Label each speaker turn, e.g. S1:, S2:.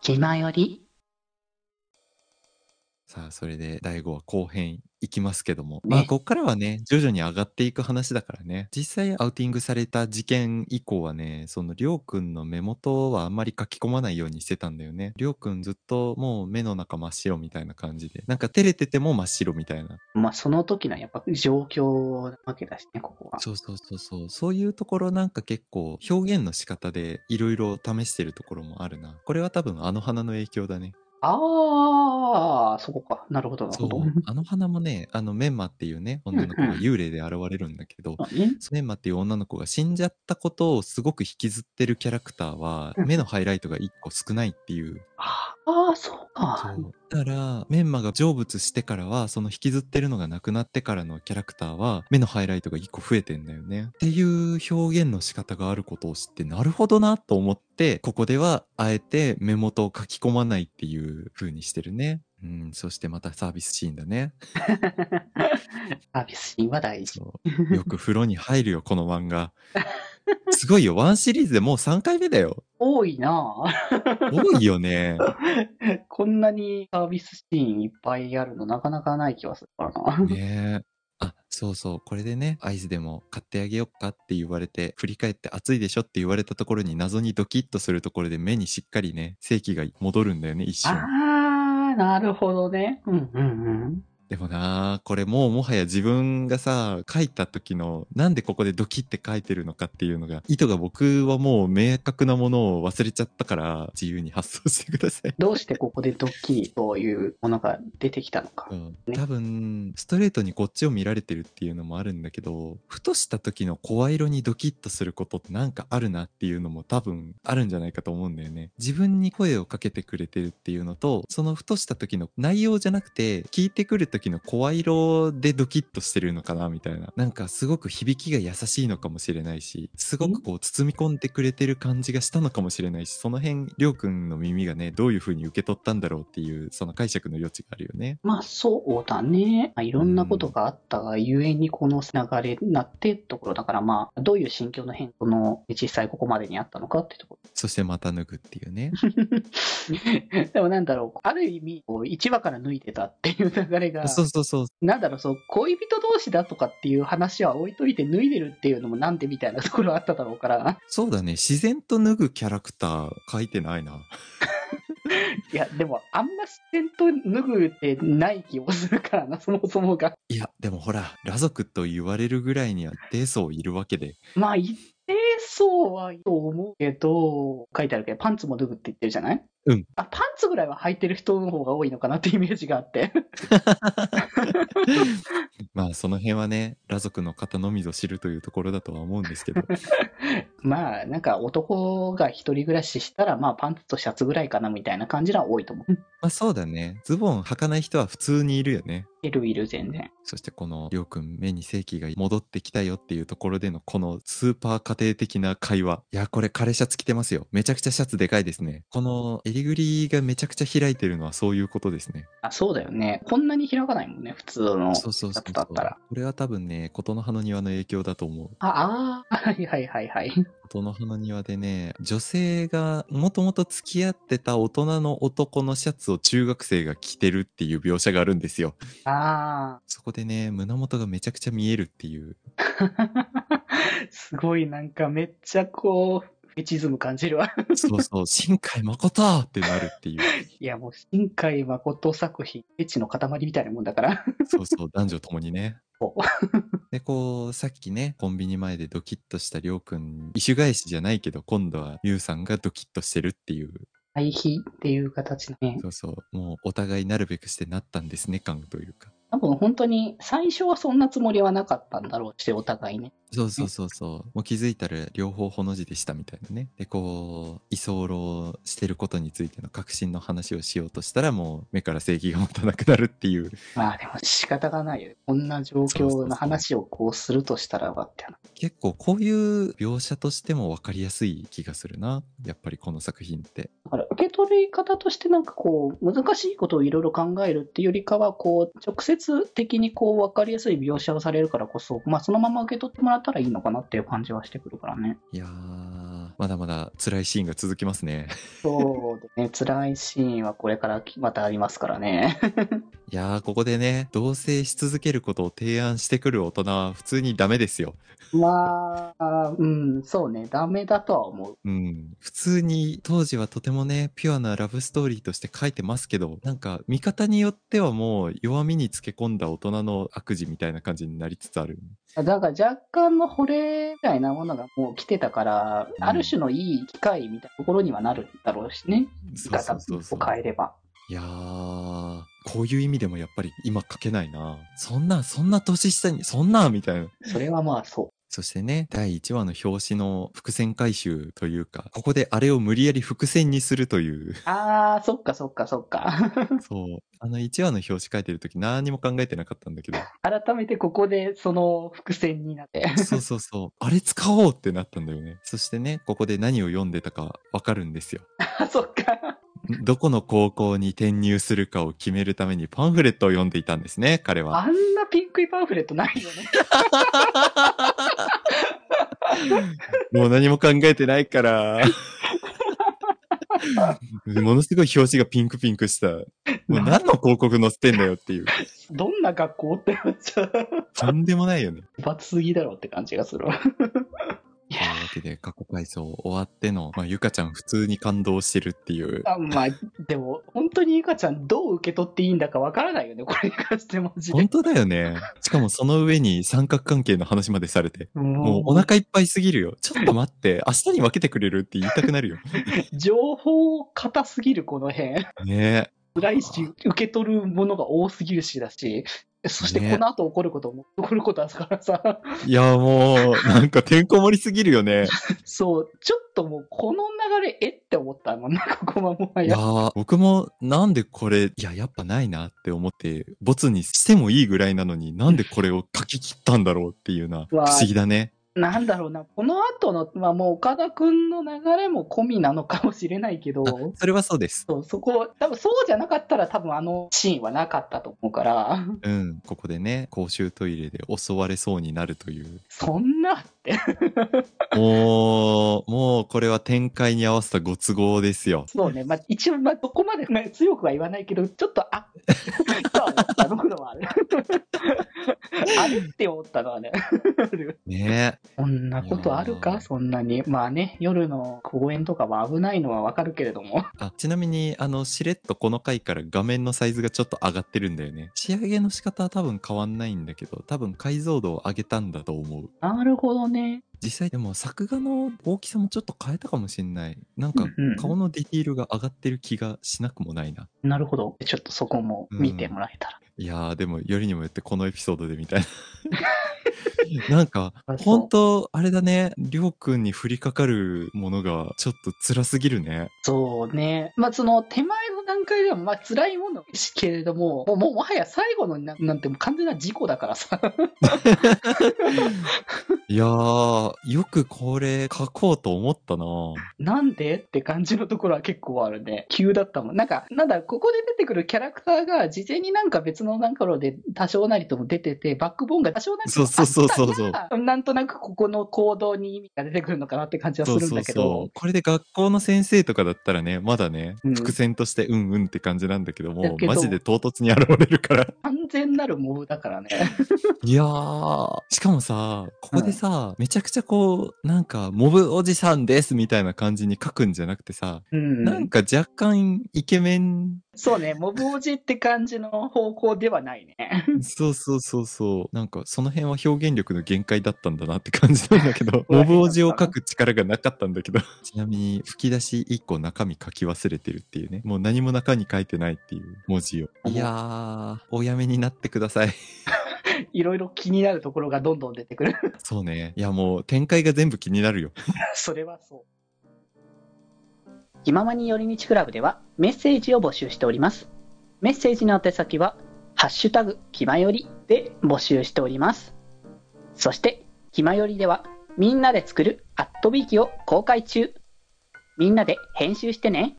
S1: 気まより
S2: さあそれで第5話後編いきますけども、
S1: ね
S2: まあこっからはね徐々に上がっていく話だからね実際アウティングされた事件以降はねそのりょうくんの目元はあんまり書き込まないようにしてたんだよねりょうくんずっともう目の中真っ白みたいな感じでなんか照れてても真っ白みたいな
S1: まあ、その時のやっぱ状況なわけだしね、ここは。
S2: そうそうそうそうそういうところなんか結構表現の仕方でいろいろ試してるところもあるなこれは多分あの花の影響だね
S1: ああ、そこか。なるほど、なる
S2: そ
S1: ほ
S2: う
S1: ど。
S2: あの花もねあのメンマっていうね女の子が幽霊で現れるんだけど
S1: そうね
S2: メンマっていう女の子が死んじゃったことをすごく引きずってるキャラクターは
S1: うん
S2: 目のハイライトが1個少ないっていう
S1: ああ、そうか。
S2: そうだからメンマが成仏してからはその引きずってるのがなくなってからのキャラクターは目のハイライトが1個増えてんだよねっていう表現の仕方があることを知ってなるほどなと思ってここではあえて目元を書き込まないっていう風にしてるねうんそしてまたサービスシーンだね
S1: サービスシーンは大事。
S2: そうよく風呂に入るよこの漫画すごいよワンシリーズでもう3回目だよ
S1: 多いな あ
S2: 多いよね。
S1: こんなにサービスシーンいっぱいあるのなかなかない気はするからな。
S2: ねえ。あ、そうそう。これでね、アイスでも買ってあげよっかって言われて、振り返って暑いでしょって言われたところに謎にドキッとするところで目にしっかりね、正気が戻るんだよね、一瞬。
S1: ああ、なるほどね。うんうんうん。
S2: でもなあこれもうもはや自分がさ、書いた時の、なんでここでドキって書いてるのかっていうのが、意図が僕はもう明確なものを忘れちゃったから、自由に発想してください。
S1: どうしてここでドッキリというものが出てきたのか
S2: う。ん多分ストレートにこっちを見られてるっていうのもあるんだけどふとした時の声色にドキッとすることってなんかあるなっていうのも多分あるんじゃないかと思うんだよね自分に声をかけてくれてるっていうのとそのふとした時の内容じゃなくて聞いてくる時の声色でドキッとしてるのかなみたいななんかすごく響きが優しいのかもしれないしすごくこう包み込んでくれてる感じがしたのかもしれないしその辺りょうくんの耳がねどういう風に受け取ったんだろうっていうその解釈の余地があるよね
S1: まあそうだね。まあいろんなことがあったがゆえにこの流れになってってところだからまあどういう心境の変化の実際ここまでにあったのかってと ころ。
S2: そしてまた脱ぐっていうね。
S1: でもなんだろう、ある意味こう一話から抜いてたっていう流れが、
S2: そうそうそう。
S1: なんだろう、そう恋人同士だとかっていう話は置いといて脱いでるっていうのもなんでみたいなところあっただろうから。
S2: そうだね。自然と脱ぐキャラクター書いてないな。
S1: いや、でも、あんま自然と脱ぐってない気もするからな、そもそもが。
S2: いや、でもほら、裸族と言われるぐらいには一定層いるわけで。
S1: まあ、一定層はいいと思うけど、書いてあるけど、パンツも脱ぐって言ってるじゃない
S2: うん。
S1: あ、パンツぐらいは履いてる人の方が多いのかなってイメージがあって。
S2: まあ、その辺はね、裸族の方のみぞ知るというところだとは思うんですけど。
S1: まあ、なんか男が一人暮らししたら、まあ、パンツとシャツぐらいかなみたいな感じのは多いと思う。
S2: まあ、そうだね。ズボン履かない人は普通にいるよね。
S1: いるいる、全然。
S2: そしてこのりょうくん目に正気が戻ってきたよっていうところでのこのスーパー家庭的な会話いやこれ枯れシャツ着てますよめちゃくちゃシャツでかいですねこの襟ぐりがめちゃくちゃ開いてるのはそういうことですね
S1: あ、そうだよね。こんなに開かないもんね、普通の。
S2: そうそうそう
S1: シャツ
S2: そ
S1: だ
S2: う
S1: っ
S2: こ
S1: たら。
S2: れは多分ね琴の葉の庭の影響だと思う
S1: ああー、はいはいはいはい。
S2: 琴の葉の庭でね女性がもともと付き合ってた大人の男のシャツを中学生が着てるっていう描写があるんですよ
S1: ああ、
S2: そこでね胸元がめちゃくちゃ見えるっていう
S1: すごいなんかめっちゃこう、フェチズム感じるわ。
S2: そ うそう新海誠ってなるっていう
S1: いやもう、新海誠作品、フェチの塊みたいなもんだから。
S2: そうそう、男女ともにね
S1: そ。
S2: で、こう、さっきね、コンビニ前でドキッとしたりょうくん、異種返しじゃないけど、今度はゆうさんがドキッとしてるっていう、
S1: 対比っていう形のね。
S2: そうそう、もうお互いなるべくしてなったんですね感というか。
S1: 多分本当に、最初はそんなつもりはなかったんだろうし、お互いね。
S2: そうそうそうそう。もう気づいたら両方ほの字でしたみたいなね。で、こう、居候してることについての確信の話をしようとしたら、もう目から正義が持たなくなるっていう。
S1: まあでも仕方がないよね。こんな状況の話をこうするとしたらばってな。
S2: 結構こういう描写としても分かりやすい気がするな。やっぱりこの作品って。
S1: だから受け取り方としてなんかこう、難しいことをいろいろ考えるっていうよりかは、こう、直接的にこう、わかりやすい描写をされるからこそ、まあそのまま受け取ってもらったらいいのかなっていう感じはしてくるからね。
S2: いやーまだまだ辛いシーンが続きますね。
S1: そうですね、辛いシーンはこれからまたありますからね。
S2: いやー、ここでね、同棲し続けることを提案してくる大人は普通にダメですよ。
S1: まあ、うん、そうね、ダメだとは思う。
S2: うん。普通に当時はとてもね、ピュアなラブストーリーとして書いてますけど、なんか見方によってはもう弱みにつけ込んだ大人の悪事みたいな感じになりつつある。
S1: だから若干の惚れみたいなものがもう来てたから、
S2: うん
S1: ある種のいい機会みたいなところにはなるだろうしね。生き
S2: そうそ
S1: 方
S2: うそうそ
S1: を
S2: う。
S1: 変えれば。
S2: いやー、こういう意味でもやっぱり今書けないな。そんな、そんな年下に、そんなみたいな。
S1: それはまあそ
S2: そしてね、第1話の表紙の伏線回収というか、ここであれを無理やり伏線にするという、
S1: う。ああ、そっかそっかそっか。
S2: そう。あの1話の表紙書いてる時何にも考えてなかったんだけど、
S1: 改めてここでその伏線になって。
S2: そうそうそう。 あれ使おうってなったんだよね。そしてね、ここで何を読んでたかわかるんですよ。
S1: あ、そっか。
S2: どこの高校に転入するかを決めるためにパンフレットを読んでいたんですね、彼は。
S1: あんなピンクいパンフレットないよ ね。
S2: もう何も考えてな いから。ものすごい表紙がピンクピンクした。もう何の広告載せてんだよっていう。
S1: どんな学校ってなっちゃう。
S2: とんでもないよね。
S1: 罰すぎだろうって感じがする。
S2: というわけで、過去回想終わっての、まあ、ゆかちゃん普通に感動してるっていう。
S1: あまあ、でも、本当にゆかちゃん、どう受け取っていいんだかわからないよね、これに関して、マジで
S2: 本。当だよね。しかもその上に三角関係の話までされて。も
S1: も
S2: うお腹いっぱいすぎるよ。ちょっと 待って、明日に分けてくれるって言いたくなるよ。
S1: 情報硬すぎる、この辺。
S2: ねえ。
S1: 辛いし、受け取るものが多すぎるしだし、そして
S2: ね
S1: この後起こることも、起こることだからさ、
S2: いや、もう、なんかてんこ盛りすぎるよね。
S1: そう、ちょっともう、この流れ、えって思ったもんなん かこまもはいや。
S2: やー、僕もなんでこれ、いや、やっぱないなって思って、ボツにしてもいいぐらいなのに、なんでこれを書き切ったんだろうっていうな、不
S1: わー
S2: 思議だね。
S1: なんだろうな、この後の、まあもう岡田くんの流れも込みなのかもしれないけど、
S2: それはそうです。
S1: そうそこ、多分そうじゃなかったら、多分あのシーンはなかったと思うから、
S2: うん。ここでね、公衆トイレで襲われそうになるという。
S1: そんなって。
S2: もう、もうこれは展開に合わせたご都合ですよ。
S1: そうね。まあ、一応、まあ、そこまで、ね、強くは言わないけど、ちょっ と、あ、とは思った僕のはある。あれって思ったの はね。
S2: ねえ。
S1: こんなことある
S2: いやー
S1: かそんなに。まあね、夜の公園とかは危ないのはわかるけれども。
S2: あ、ちなみに、あの、しれっとこの回から画面のサイズがちょっと上がってるんだよね。仕上げの仕方は多分変わんないんだけど、多分解像度を上げたんだと思う。
S1: なるほどね。
S2: 実際でも作画の大きさもちょっと変えたかもしれないなんか
S1: うんうん
S2: 顔のディティールが上がってる気がしなくもないな
S1: なるほど。ちょっとそこも見てもらえたら。
S2: いやーでもよりにもよってこのエピソードでみたい ななんか
S1: あそう
S2: 本当あれだねりょうくんに降りかかるものがちょっと辛すぎるね
S1: そうね。まあ、その手前の段階では、まあ、辛いものですけれども、もう、もうもはや最後のななんてもう完全な事故だからさ。
S2: いやーよくこれ書こうと思ったな
S1: なんでって感じのところは結構あるね。急だったもん。なんか、なんだ、ここで出てくるキャラクターが、事前になんか別のなんかので多少なりとも出てて、バックボーンが多少なりと
S2: そう
S1: も
S2: そうそうそうそう
S1: あったからなんとなくここの行動に意味が出てくるのかなって感じはするんだけど。
S2: うこれで学校の先生とかだったらねまだね、
S1: うん
S2: 伏線としてうんうんって感じなんだけど
S1: だ
S2: も
S1: けど
S2: マジで唐突に現れる から
S1: 完全なるモブだ からね。
S2: いやー、しかもさ、ここでさ、めちゃくちゃこう、なんか、モブおじさんですみたいな感じに書くんじゃなくてさ、
S1: うん。
S2: なんか若干イケメン、
S1: そうね、モブおじって感じの方向ではないね。
S2: そうそうそうそう、なんかその辺は表現力の限界だったんだなって感じなんだけ ど、
S1: うわ
S2: モブおじを書く力がなかったんだけど、 ちなみに吹き出し1個中身書き忘れてるっていうね、もう何も中に書いてないっていう文字を。いやー、おやめになってください。
S1: いろいろ気になるところがどんどん出てくる。
S2: そうね、いやもう展開が全部気になるよ。
S1: それはそう。気ままに寄り道クラブではメッセージを募集しております。メッセージの宛先は、ハッシュタグ、気まよりで募集しております。そして、気まよりでは、みんなで作るアットビーキを公開中。みんなで編集してね。